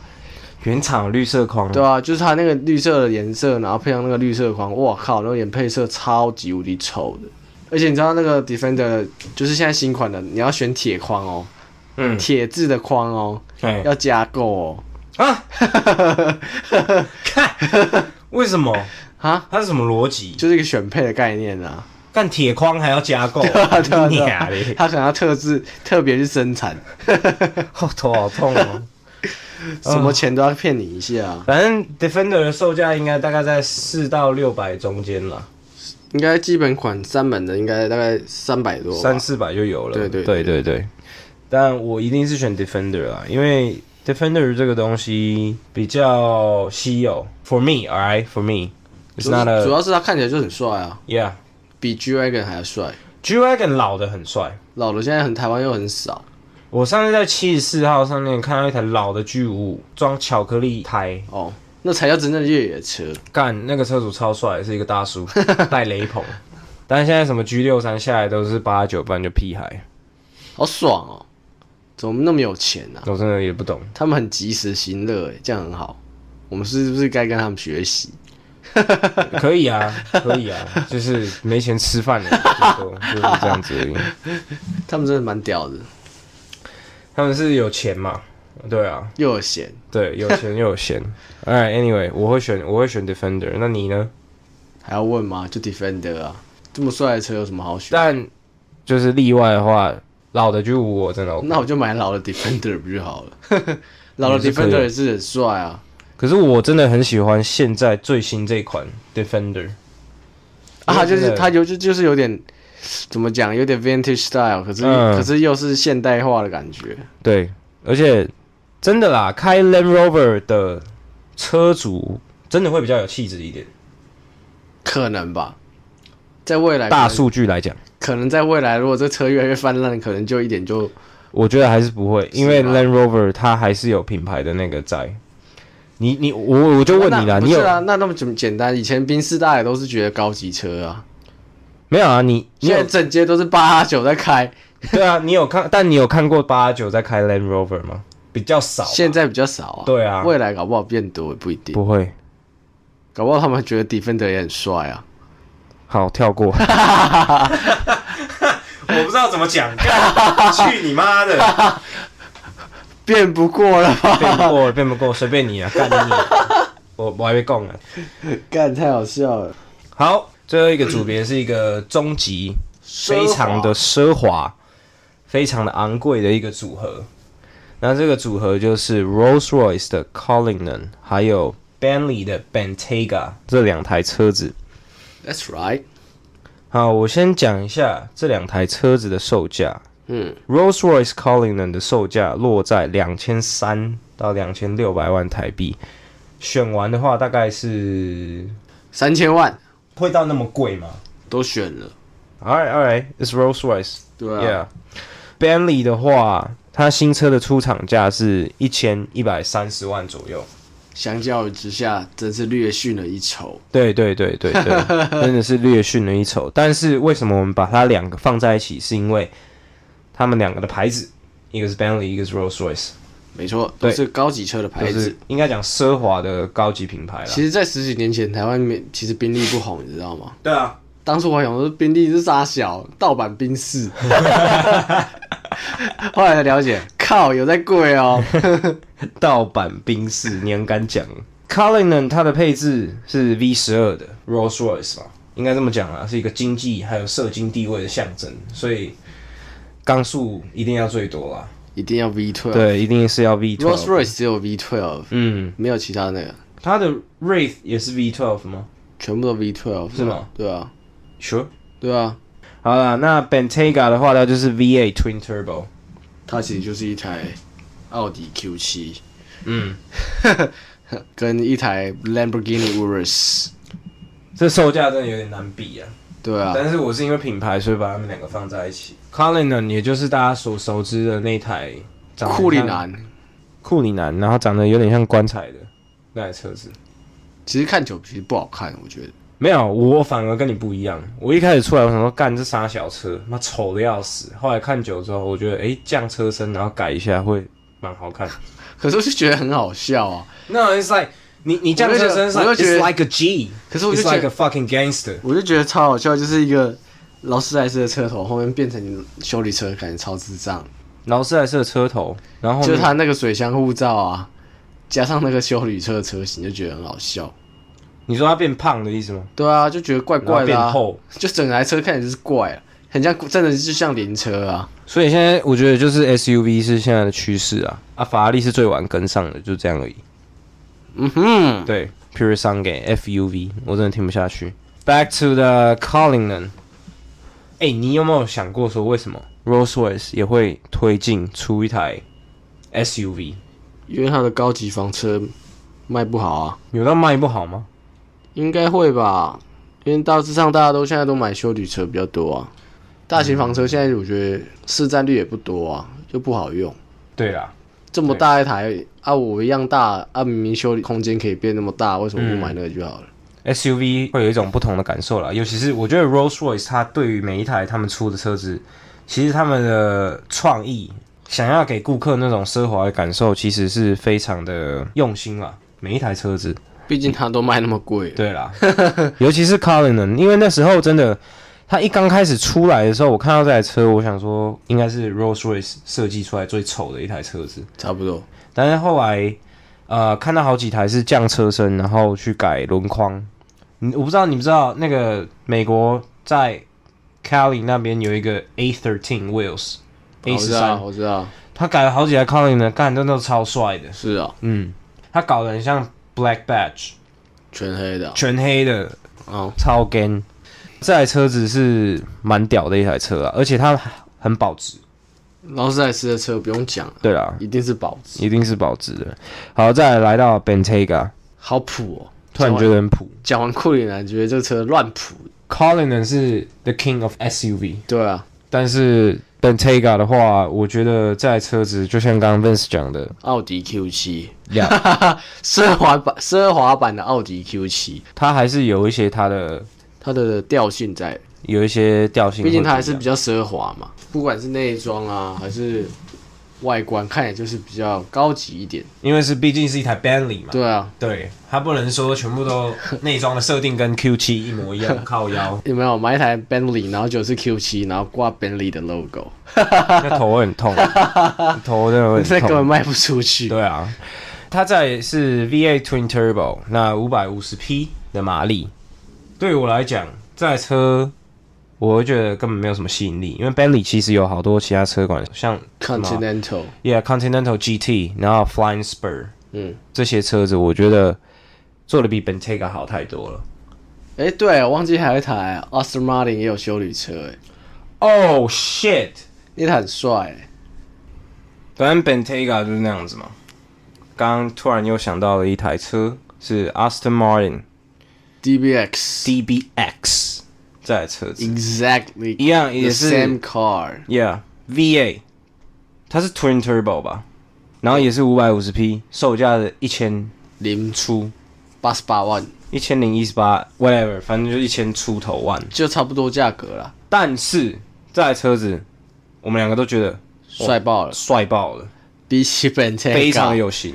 [SPEAKER 2] 原厂绿色框。
[SPEAKER 3] 对啊，就是它那个绿色的颜色，然后配上那个绿色框，哇靠，那个颜配色超级无敌丑的。而且你知道那个 Defender 就是现在新款的，你要选铁框哦，
[SPEAKER 2] 嗯，
[SPEAKER 3] 铁质的框哦，
[SPEAKER 2] 哎
[SPEAKER 3] 要加购哦。
[SPEAKER 2] 啊，看为什么？
[SPEAKER 3] 啊，
[SPEAKER 2] 它是什么逻辑？
[SPEAKER 3] 就是一个选配的概念啊。
[SPEAKER 2] 干铁框还要加购？
[SPEAKER 3] 啊 对啊，对
[SPEAKER 2] 你娘
[SPEAKER 3] 啊
[SPEAKER 2] 嘞，
[SPEAKER 3] 他可能要特制，特别去生产，
[SPEAKER 2] 哦头好痛哦。
[SPEAKER 3] 什么钱都要骗你一下啊，
[SPEAKER 2] 反正 Defender 的售价应该大概在四到六百中间了，
[SPEAKER 3] 应该基本款三门的应该大概三百多吧，
[SPEAKER 2] 三四百就有了。
[SPEAKER 3] 啊对对
[SPEAKER 2] 对对对。但我一定是选 Defender 啊啦，因为 Defender 这个东西比较稀有，for me，alright for me，it's not
[SPEAKER 3] 主
[SPEAKER 2] a
[SPEAKER 3] 要是他看起来就很帅啊，
[SPEAKER 2] yeah。
[SPEAKER 3] 比 G Wagon 还要帅。
[SPEAKER 2] G Wagon 老的很帅，
[SPEAKER 3] 老了现在很台湾又很少，
[SPEAKER 2] 我上次在七十四号上面看到一台老的 G 五装巧克力胎，
[SPEAKER 3] 哦，那才叫真正的越野车。
[SPEAKER 2] 干那个车主超帅，是一个大叔，带雷朋。但现在什么 G 六三下来都是八九，不然就屁孩。
[SPEAKER 3] 好爽哦！怎么那么有钱呢、啊？
[SPEAKER 2] 我真的也不懂。
[SPEAKER 3] 他们很及时行乐，哎，这样很好。我们是不是该跟他们学习？
[SPEAKER 2] 可以啊，可以啊，就是没钱吃饭了，就是就是这样子而已。
[SPEAKER 3] 他们真的蛮屌的，
[SPEAKER 2] 他们是有钱嘛？对啊，
[SPEAKER 3] 又有闲。
[SPEAKER 2] 对，有钱又有闲。哎，anyway，我会选，我会选 Defender。那你呢？
[SPEAKER 3] 还要问吗？就 Defender 啊，这么帅的车有什么好选？
[SPEAKER 2] 但就是例外的话，老的就我真的 OK。
[SPEAKER 3] 那我就买老的 Defender 不就好了？ 老的
[SPEAKER 2] 也是可以
[SPEAKER 3] Defender 也是很帅啊。
[SPEAKER 2] 可是我真的很喜欢现在最新这款 Defender。因
[SPEAKER 3] 啊，
[SPEAKER 2] 为
[SPEAKER 3] 他就
[SPEAKER 2] 真
[SPEAKER 3] 是
[SPEAKER 2] 的
[SPEAKER 3] 他有就就是有点怎么讲，有点 Vintage style，可是、
[SPEAKER 2] 嗯
[SPEAKER 3] 可是又是现代化的感觉。
[SPEAKER 2] 对，而且真的啦，开 Land Rover 的车主真的会比较有气质一点。
[SPEAKER 3] 可能吧，在未来
[SPEAKER 2] 大数据来讲，
[SPEAKER 3] 可能在未来，如果这车越来越泛滥，可能就一点就
[SPEAKER 2] 我觉得还是啊不会，因为
[SPEAKER 3] 是吗
[SPEAKER 2] Land Rover 它还是有品牌的那个在。你你我我就问你
[SPEAKER 3] 那
[SPEAKER 2] 啦，
[SPEAKER 3] 不
[SPEAKER 2] 你
[SPEAKER 3] 是
[SPEAKER 2] 有
[SPEAKER 3] 啊？那那么简简单，以前宾士大家也都是觉得高级车啊，
[SPEAKER 2] 没有啊？你你
[SPEAKER 3] 现在
[SPEAKER 2] 有
[SPEAKER 3] 整街都是八九在开，
[SPEAKER 2] 对啊？你有看？但你有看过八九在开 Land Rover 吗？比较少吧，
[SPEAKER 3] 现在比较少啊。
[SPEAKER 2] 对啊
[SPEAKER 3] 未来搞不好变多也不一定，
[SPEAKER 2] 不会。
[SPEAKER 3] 搞不好他们觉得 Defender 也很帅啊。
[SPEAKER 2] 好，跳 过。我不知道怎么讲，干去你妈的！
[SPEAKER 3] 变不过了吧？
[SPEAKER 2] 变不过，变不过，随便你啊，干你啊！我我还没供呢。
[SPEAKER 3] 干太好笑了，
[SPEAKER 2] 好，最后一个组别是一个终极，非常的奢华，非常的昂贵的一个组合。那这个组合就是 Rolls Royce 的 Cullinan，还有 Bentley 的 Bentayga 这两台车子。
[SPEAKER 3] That's right，
[SPEAKER 2] 好，我先讲一下这两台车子的售价。
[SPEAKER 3] 嗯，
[SPEAKER 2] Rolls Royce Cullinan 的售价落在两千三到两千六百万台币，选完的话大概是
[SPEAKER 3] 三千万
[SPEAKER 2] 会到那么贵吗
[SPEAKER 3] 都选了，
[SPEAKER 2] ？Alright, alright, it's Rolls Royce.
[SPEAKER 3] 对啊
[SPEAKER 2] Yeah. Bentley 的话，它新车的出厂价是一千一百三十万左右。
[SPEAKER 3] 相较之下真是略逊了一筹。
[SPEAKER 2] 对对对对对，真的是略逊了一筹。但是为什么我们把它两个放在一起，是因为他们两个的牌子，一个是 Bentley，一个是 Rolls Royce，
[SPEAKER 3] 没错，
[SPEAKER 2] 对
[SPEAKER 3] 都是高级车的牌
[SPEAKER 2] 就
[SPEAKER 3] 子
[SPEAKER 2] 是。应该讲奢华的高级品牌了。
[SPEAKER 3] 其实，在十几年前，台湾没其实宾利不红，你知道吗？
[SPEAKER 2] 对啊，
[SPEAKER 3] 当初我还想说宾利是傻小，盗版 宾士。后来才了解，靠，有在贵哦。
[SPEAKER 2] 盗版宾士，你很敢讲。Cullinan 它的配置是 V 十二的 Rolls Royce 嘛，应该这么讲啊，是一个经济还有社经地位的象征，所以缸数一定要最多啊。
[SPEAKER 3] 一定要 V 12。
[SPEAKER 2] 对，一定是要 V twelve。
[SPEAKER 3] ，Rolls Royce 只有 V 12，
[SPEAKER 2] 嗯，
[SPEAKER 3] 没有其他那个，
[SPEAKER 2] 它的 Wraith 也是 V twelve 吗
[SPEAKER 3] 全部都 V 12。
[SPEAKER 2] 是吗？
[SPEAKER 3] 对啊，
[SPEAKER 2] ？Sure。
[SPEAKER 3] 对啊，
[SPEAKER 2] 好啦，那 Bentayga 的话，它就是 V8 Twin Turbo。
[SPEAKER 3] 它其实就是一台奥迪 Q 7
[SPEAKER 2] 嗯，
[SPEAKER 3] 跟一台 Lamborghini Urus。
[SPEAKER 2] 这售价真的有点难比啊。
[SPEAKER 3] 对啊，
[SPEAKER 2] 但是我是因为品牌，所以把它们两个放在一起。Cullinan 也就是大家所熟知的那台长得
[SPEAKER 3] 库里
[SPEAKER 2] 像
[SPEAKER 3] 南
[SPEAKER 2] 库里南，然后长得有点像棺材的那台车子。
[SPEAKER 3] 其实看久其实不好看，我觉得。
[SPEAKER 2] 没有，我反而跟你不一样。我一开始出来，我想说，干这傻小车，妈丑的要死。后来看久之后，我觉得，哎，降车身，然后改一下会蛮好看。
[SPEAKER 3] 可是我就觉得很好笑啊。
[SPEAKER 2] No, it's like 你你降车身是
[SPEAKER 3] 我就觉得
[SPEAKER 2] it's like a G，
[SPEAKER 3] 可是我就
[SPEAKER 2] it's
[SPEAKER 3] 觉
[SPEAKER 2] like a
[SPEAKER 3] 得，
[SPEAKER 2] fucking gangster。
[SPEAKER 3] 我就觉得超好笑，就是一个劳斯莱斯的车头后面变成修理车，感觉超智障。
[SPEAKER 2] 劳斯莱斯的车头，然后
[SPEAKER 3] 就是他那个水箱护罩啊，加上那个修理车的车型，就觉得很好笑。
[SPEAKER 2] 你说它变胖的意思吗？
[SPEAKER 3] 对啊，就觉得怪
[SPEAKER 2] 然后
[SPEAKER 3] 怪的、
[SPEAKER 2] 变
[SPEAKER 3] 啊，
[SPEAKER 2] 厚。
[SPEAKER 3] 就整台车看起来就是怪、啊，很像真的就像灵车啊。
[SPEAKER 2] 所以现在我觉得就是 SUV 是现在的趋势啊，啊，法拉利是最晚跟上的，就这样而已。
[SPEAKER 3] 嗯哼，
[SPEAKER 2] 对，Pure s u n 给 FUV，我真的听不下去。Back to the Cullinan。哎、你有没有想过说为什么 Rolls Royce 也会推进出一台 SUV？
[SPEAKER 3] 因为它的高级房车卖不好啊，
[SPEAKER 2] 有到卖不好吗？
[SPEAKER 3] 应该会吧？因为大致上大家都现在都买修理车比较多啊，大型房车现在我觉得市占率也不多啊，就不好用。
[SPEAKER 2] 对啦，
[SPEAKER 3] 这么大一台啊，我一样大啊，明明修理空间可以变那么大，为什么不买那个就好了？
[SPEAKER 2] SUV 会有一种不同的感受啦，尤其是我觉得 Rolls Royce 它对于每一台他们出的车子，其实他们的创意想要给顾客那种奢华的感受，其实是非常的用心啦。每一台车子，
[SPEAKER 3] 毕竟它都卖那么贵。
[SPEAKER 2] 对啦，尤其是 Cullinan，因为那时候真的，它一刚开始出来的时候，我看到这台车，我想说应该是 Rolls Royce 设计出来最丑的一台车子，
[SPEAKER 3] 差不多。
[SPEAKER 2] 但是后来，呃，看到好几台是降车身，然后去改轮框。你我不知道，你不知道那个美国在 Cali 那边有一个 A thirteen wheels 嗯 A
[SPEAKER 3] 哦我
[SPEAKER 2] 十
[SPEAKER 3] 知道，
[SPEAKER 2] 三，
[SPEAKER 3] 我知道，
[SPEAKER 2] 他改了好几台 Cali 呢，干真的超帅的。
[SPEAKER 3] 是啊，
[SPEAKER 2] 嗯，他搞得很像 Black Badge，
[SPEAKER 3] 全黑的啊。
[SPEAKER 2] 全黑的，
[SPEAKER 3] 哦，
[SPEAKER 2] 超 gan。这台车子是蛮屌的一台车啊，而且它很保值。
[SPEAKER 3] 劳斯莱斯的车不用讲，啊
[SPEAKER 2] 对啦，
[SPEAKER 3] 一定是保值。
[SPEAKER 2] 一定是保值的。好，再来来到 Bentayga，
[SPEAKER 3] 好普哦，
[SPEAKER 2] 突然觉得很普。
[SPEAKER 3] 讲完库里南，觉得这个车乱普。
[SPEAKER 2] Cullinan 是 the king of SUV，
[SPEAKER 3] 对啊，
[SPEAKER 2] 但是 Bentayga 的话，我觉得这台车子就像刚刚 Vince 讲 的，
[SPEAKER 3] 奥迪 Q 七，
[SPEAKER 2] 呀，
[SPEAKER 3] 奢华版奢华版的奥迪 Q 七，
[SPEAKER 2] 它还是有一些它的
[SPEAKER 3] 它的调性在，
[SPEAKER 2] 有一些调性，
[SPEAKER 3] 毕竟它还是比较奢华嘛，不管是内装啊，还是外观，看起来就是比较高级一点。
[SPEAKER 2] 因为是毕竟是一台 Bentley 嘛，
[SPEAKER 3] 对啊，
[SPEAKER 2] 对，它不能说全部都内装的设定跟 Q7 一模一 样，靠腰，
[SPEAKER 3] 有没有买一台 Bentley，然后就是 Q 七，然后挂 Bentley 的 logo，
[SPEAKER 2] 那头会很痛，头真的 会
[SPEAKER 3] 那
[SPEAKER 2] 很
[SPEAKER 3] 根本
[SPEAKER 2] 痛，
[SPEAKER 3] 卖不出去。
[SPEAKER 2] 对啊，它在是 V8 Twin Turbo，那五百五十匹的马力，对我来讲，这台车我会觉得根本没有什么吸引力，因为 Bentley 其实有好多其他车款，像什么
[SPEAKER 3] Continental，
[SPEAKER 2] Yeah Continental GT，然后 Flying Spur
[SPEAKER 3] 嗯，
[SPEAKER 2] 这些车子，我觉得做的比 Bentayga 好太多了。
[SPEAKER 3] 哎、对，我忘记还有一台 Aston Martin 也有修理车、哎，
[SPEAKER 2] Oh shit！
[SPEAKER 3] 那台很帅、哎
[SPEAKER 2] 反正 Bentayga 就是那样子嘛。刚刚突然又想到了一台车，是 Aston Martin
[SPEAKER 3] ，DBX。
[SPEAKER 2] DBX 这台车子，
[SPEAKER 3] Exactly，
[SPEAKER 2] 一样
[SPEAKER 3] the
[SPEAKER 2] 也是
[SPEAKER 3] same car，
[SPEAKER 2] Yeah VA，它是 Twin Turbo 吧，然后也是五百五十匹，售价的一千
[SPEAKER 3] 零
[SPEAKER 2] 出，
[SPEAKER 3] 八十八万
[SPEAKER 2] 一千零一十八，whatever，反正就一千出头万。
[SPEAKER 3] 就差不多价格啦，
[SPEAKER 2] 但是这台车子，我们两个都觉得
[SPEAKER 3] 帅爆了，
[SPEAKER 2] 帅爆了，
[SPEAKER 3] 比起本 e
[SPEAKER 2] 哦非常，有型，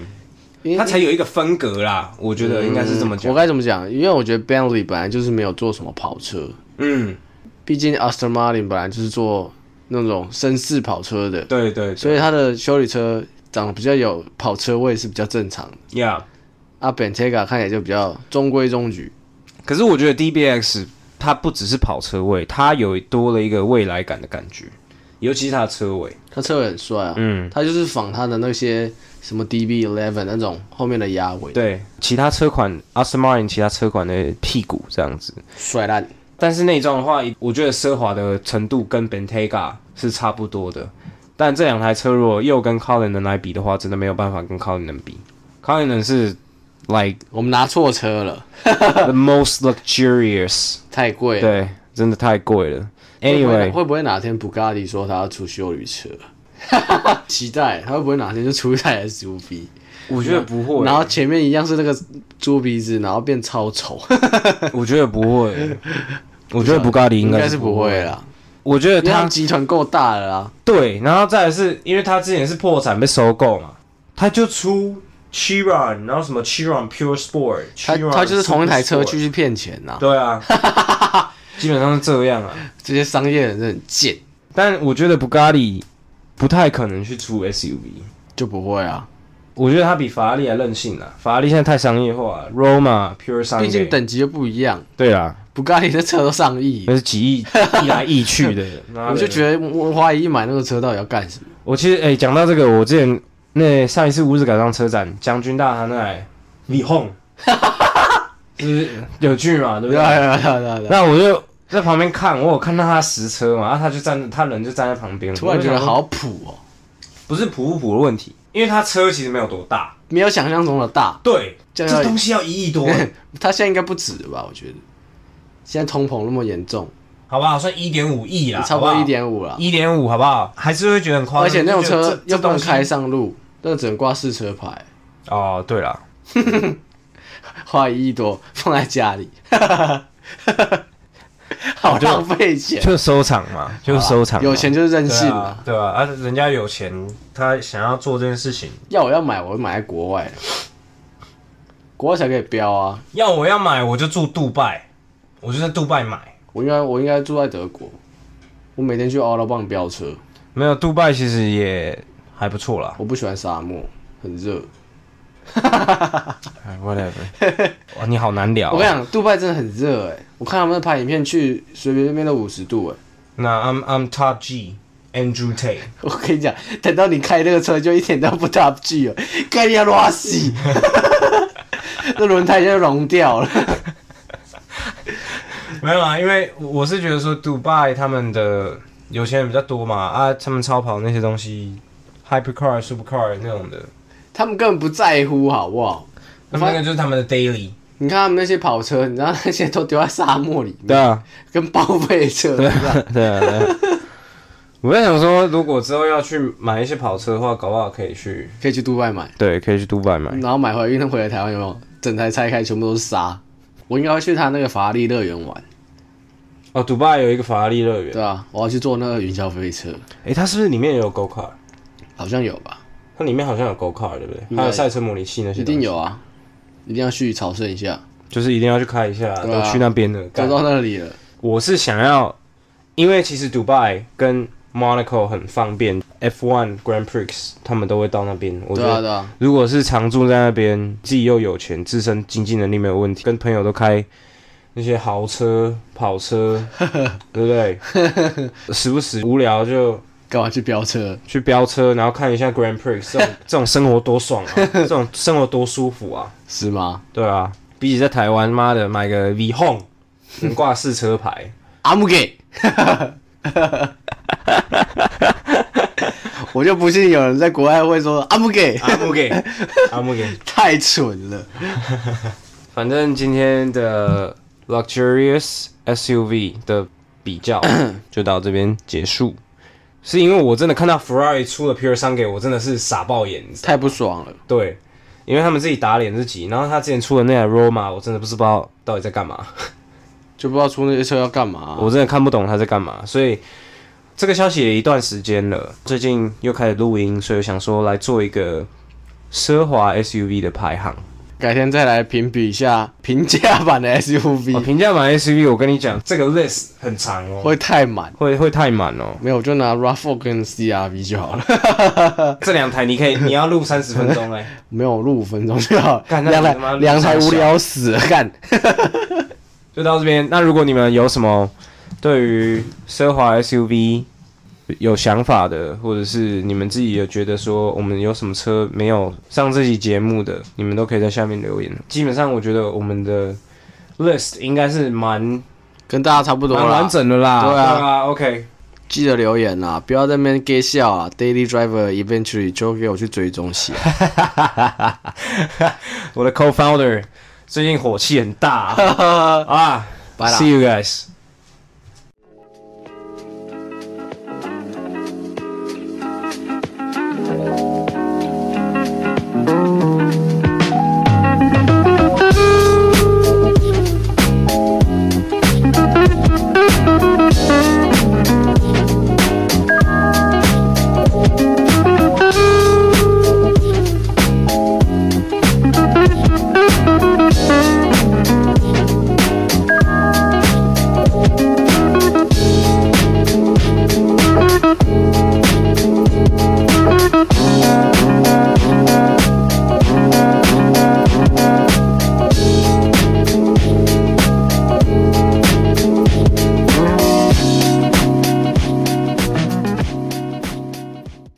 [SPEAKER 3] 因为
[SPEAKER 2] 它才有一个风格啦。我觉得应该是这么
[SPEAKER 3] 嗯我
[SPEAKER 2] 讲。
[SPEAKER 3] 该怎么讲？因为我觉得 Bentley 本来就是没有做什么跑车，
[SPEAKER 2] 嗯，
[SPEAKER 3] 毕竟 Aston Martin 本来就是做那种绅士跑车的，
[SPEAKER 2] 对对
[SPEAKER 3] 所
[SPEAKER 2] 对
[SPEAKER 3] 以它的修理车长得比较有跑车味是比较正常的。
[SPEAKER 2] ，Yeah。
[SPEAKER 3] 啊，Bentayga 看起来就比较中规中矩，
[SPEAKER 2] 可是我觉得 DBX 它不只是跑车位，它有多了一个未来感的感觉，尤其是它的车尾。
[SPEAKER 3] 它车尾很帅啊，
[SPEAKER 2] 嗯，
[SPEAKER 3] 它就是仿它的那些什么 DB Eleven 那种后面的鸭尾，
[SPEAKER 2] 对，其他车款 Aston Martin 其他车款的屁股这样子。
[SPEAKER 3] 帅烂。
[SPEAKER 2] 但是内装的话，我觉得奢华的程度跟 Bentayga 是差不多的。但这两台车如果又跟 Cullinan 来比的话，真的没有办法跟 Cullinan 比。Cullinan 是 like
[SPEAKER 3] 我们拿错车了，啊
[SPEAKER 2] the most luxurious，
[SPEAKER 3] 太贵了。
[SPEAKER 2] 对，真的太贵了。
[SPEAKER 3] 会不会
[SPEAKER 2] Anyway，
[SPEAKER 3] 会不会哪天布加迪说他要出修旅车？ 期待他会不会哪天就出一台 SUV，
[SPEAKER 2] 我觉得不会
[SPEAKER 3] 然后前面一样是那个猪鼻子，然后变超丑，
[SPEAKER 2] 我觉得不 会，我觉得布加 迪应
[SPEAKER 3] 应
[SPEAKER 2] 该
[SPEAKER 3] 该
[SPEAKER 2] 是
[SPEAKER 3] 是不会。啦，
[SPEAKER 2] 我觉得
[SPEAKER 3] 因为他
[SPEAKER 2] 他
[SPEAKER 3] 们集团够大了啦。
[SPEAKER 2] 对，然后再来是因为他之前是破产被收购嘛，他就出 Chiron，然后什么 Chiron Pure Sport，
[SPEAKER 3] 他
[SPEAKER 2] Chiron
[SPEAKER 3] 他就是同一台车
[SPEAKER 2] Super Sport
[SPEAKER 3] 继续骗钱呐、
[SPEAKER 2] 对 啊，基本上是这样啊。
[SPEAKER 3] 这些商业人真的很贱，
[SPEAKER 2] 但我觉得布加迪不太可能去出 SUV，
[SPEAKER 3] 就不会啊。
[SPEAKER 2] 我觉得它比法拉利还任性啊。法拉利现在太商业化了，Roma Pure 商
[SPEAKER 3] 毕竟
[SPEAKER 2] 业，
[SPEAKER 3] 等级又不一样，
[SPEAKER 2] 对啊，
[SPEAKER 3] 布加迪的车都上亿
[SPEAKER 2] 那，是几 亿亿来亿去的。
[SPEAKER 3] 我就
[SPEAKER 2] 得，
[SPEAKER 3] 觉得我怀疑买那个车到底要干什么。
[SPEAKER 2] 我其实哎，讲、到这个，我之前那上一次五指改装车展，将军大他那台 v h o m e 就是有趣嘛， 对不对？
[SPEAKER 3] 对啊对啊对啊对啊，
[SPEAKER 2] 那我就在旁边看，我有看到他实车嘛，然、后他就站，他人就站在旁边，
[SPEAKER 3] 突然
[SPEAKER 2] 我就
[SPEAKER 3] 觉
[SPEAKER 2] 想
[SPEAKER 3] 得
[SPEAKER 2] 说
[SPEAKER 3] 好普哦、
[SPEAKER 2] 不是普不普的问题，因为它车其实没有多大，
[SPEAKER 3] 没有想象中的大。
[SPEAKER 2] 对，
[SPEAKER 3] 这样要
[SPEAKER 2] 这东西要一亿多，
[SPEAKER 3] 它现在应该不止了吧？我觉得现在通膨那么严重，
[SPEAKER 2] 好不好？算一点五亿啦，
[SPEAKER 3] 差不多
[SPEAKER 2] 啊
[SPEAKER 3] 一
[SPEAKER 2] 好好
[SPEAKER 3] 点五了。
[SPEAKER 2] 一点五，好不好？还是会觉得很夸张，
[SPEAKER 3] 而且那种
[SPEAKER 2] 就觉得
[SPEAKER 3] 车
[SPEAKER 2] 这
[SPEAKER 3] 又不能开
[SPEAKER 2] 这
[SPEAKER 3] 上路，那只能挂试车牌，
[SPEAKER 2] 东西哦，对了，
[SPEAKER 3] 花一亿多放在家里， 好
[SPEAKER 2] 就
[SPEAKER 3] 浪费钱。
[SPEAKER 2] 就收藏嘛，就收藏嘛，
[SPEAKER 3] 有钱就是任
[SPEAKER 2] 对
[SPEAKER 3] 性
[SPEAKER 2] 啊
[SPEAKER 3] 啊！，
[SPEAKER 2] 对啊，啊，人家有钱，他想要做这件事情，
[SPEAKER 3] 要我要买，我会买在国外，啊国外才可以标啊。
[SPEAKER 2] 要我要买，我就住杜拜，我就在杜拜买。
[SPEAKER 3] 我应该我应该住在德国，我每天去奥拉邦飙车。
[SPEAKER 2] 没有，杜拜其实也还不错啦。
[SPEAKER 3] 我不喜欢沙漠，很热。
[SPEAKER 2] 哎 Whatever，哇， 你好难聊啊、
[SPEAKER 3] 我跟你讲，杜拜真的很热哎、我看他们拍影片去，随便随便都五十度哎、
[SPEAKER 2] 那 I'm I'm Top G Andrew Tate，
[SPEAKER 3] 我跟你讲，等到你开那个车就一点都不 top G 了， 开你要拉稀， 那轮胎就融掉了。
[SPEAKER 2] 没有啊，因为我是觉得说杜拜他们的有钱人比较多嘛，啊，他们超跑那些东西，hypercar、supercar 那种的，
[SPEAKER 3] 他们根本不在乎好不好？
[SPEAKER 2] 那么那个就是他们的 daily。
[SPEAKER 3] 你看他们那些跑车，你知道那些都丢在沙漠里面，
[SPEAKER 2] 啊，
[SPEAKER 3] 跟报废车一样。
[SPEAKER 2] 对啊。对啊我在想说，如果之后要去买一些跑车的话，搞不好可以去，嗯
[SPEAKER 3] 可以去杜拜买，
[SPEAKER 2] 对，可以去杜拜买。
[SPEAKER 3] 然后买回来运动回来台湾有没有？整台拆开全部都是沙。我应该会去他那个法拉利乐园玩，
[SPEAKER 2] 哦，杜拜有一个法拉利乐园
[SPEAKER 3] 对，啊，我要去坐那个云霄飞车，
[SPEAKER 2] 诶，它是不是里面也有 go car？
[SPEAKER 3] 好像有吧？
[SPEAKER 2] 它里面好像有 go car，对不对？
[SPEAKER 3] 应该
[SPEAKER 2] 还有赛车模拟器那些，
[SPEAKER 3] 一定，有啊，一定要去朝圣一下，
[SPEAKER 2] 就是一定要去开一下，
[SPEAKER 3] 对啊
[SPEAKER 2] 都去那边的。
[SPEAKER 3] 走
[SPEAKER 2] 干
[SPEAKER 3] 到那里了。
[SPEAKER 2] 我是想要，因为其实杜拜跟 Monaco 很方便，F1 Grand Prix 他们都会到那边。我觉
[SPEAKER 3] 对啊，
[SPEAKER 2] 得
[SPEAKER 3] 对啊，
[SPEAKER 2] 如果是常住在那边，自己又有钱，自身经济能力没有问题，跟朋友都开那些豪车、跑车，对不对？时不时无聊就
[SPEAKER 3] 干嘛去飙车？
[SPEAKER 2] 去飙车，然后看一下 Grand Prix，这种这种生活多爽啊！这种生活多舒服啊！
[SPEAKER 3] 是吗？
[SPEAKER 2] 对啊，比起在台湾，妈的买个 V Home，能挂试车牌，
[SPEAKER 3] 阿姆给， 我就不信有人在国外会说阿姆给，
[SPEAKER 2] 阿木给，阿木给。
[SPEAKER 3] 太蠢了。
[SPEAKER 2] 反正今天的 luxurious SUV 的比较就到这边结束，是因为我真的看到 Ferrari 出了 Pure 三给我，真的是傻爆眼。
[SPEAKER 3] 太不爽了。
[SPEAKER 2] 对，因为他们自己打脸自己，然后他之前出的那台 Roma，我真的不知道到底在干嘛，
[SPEAKER 3] 就不知道出那些车要干嘛、
[SPEAKER 2] 我真的看不懂他在干嘛，所以。这个消息也一段时间了，最近又开始录音，所以我想说来做一个奢华 SUV 的排行。
[SPEAKER 3] 改天再来评比一下平价版的 SUV，、
[SPEAKER 2] 我平哦价版 SUV，我跟你讲，这个 list 很长哦，
[SPEAKER 3] 嗯会太满。
[SPEAKER 2] 会会太满哦。
[SPEAKER 3] 没有，我就拿 RAV4 跟 CRV 就好了。
[SPEAKER 2] 这两台你可以，你要录三十分钟哎、
[SPEAKER 3] 没有，录五分钟就好。
[SPEAKER 2] 干那你
[SPEAKER 3] 两
[SPEAKER 2] 他妈
[SPEAKER 3] 台
[SPEAKER 2] 录
[SPEAKER 3] 两台
[SPEAKER 2] 三小
[SPEAKER 3] 无聊死了，干。
[SPEAKER 2] 就到这边。那如果你们有什么对于奢华 SUV 有想法的，或者是你们自己有觉得说我们有什么车没有上这期节目的，你们都可以在下面留言。基本上我觉得我们的 list 应该是蛮
[SPEAKER 3] 跟大家差不多
[SPEAKER 2] 蛮
[SPEAKER 3] 了，
[SPEAKER 2] 完。整的啦。
[SPEAKER 3] 对啊
[SPEAKER 2] o k
[SPEAKER 3] 记得留言啊，不要在那边 gay 笑啊。Daily Driver Eventually 就给我去追踪写。
[SPEAKER 2] 我的 co-founder 最近火气很大啊啊
[SPEAKER 3] 拜啦
[SPEAKER 2] ，See you guys。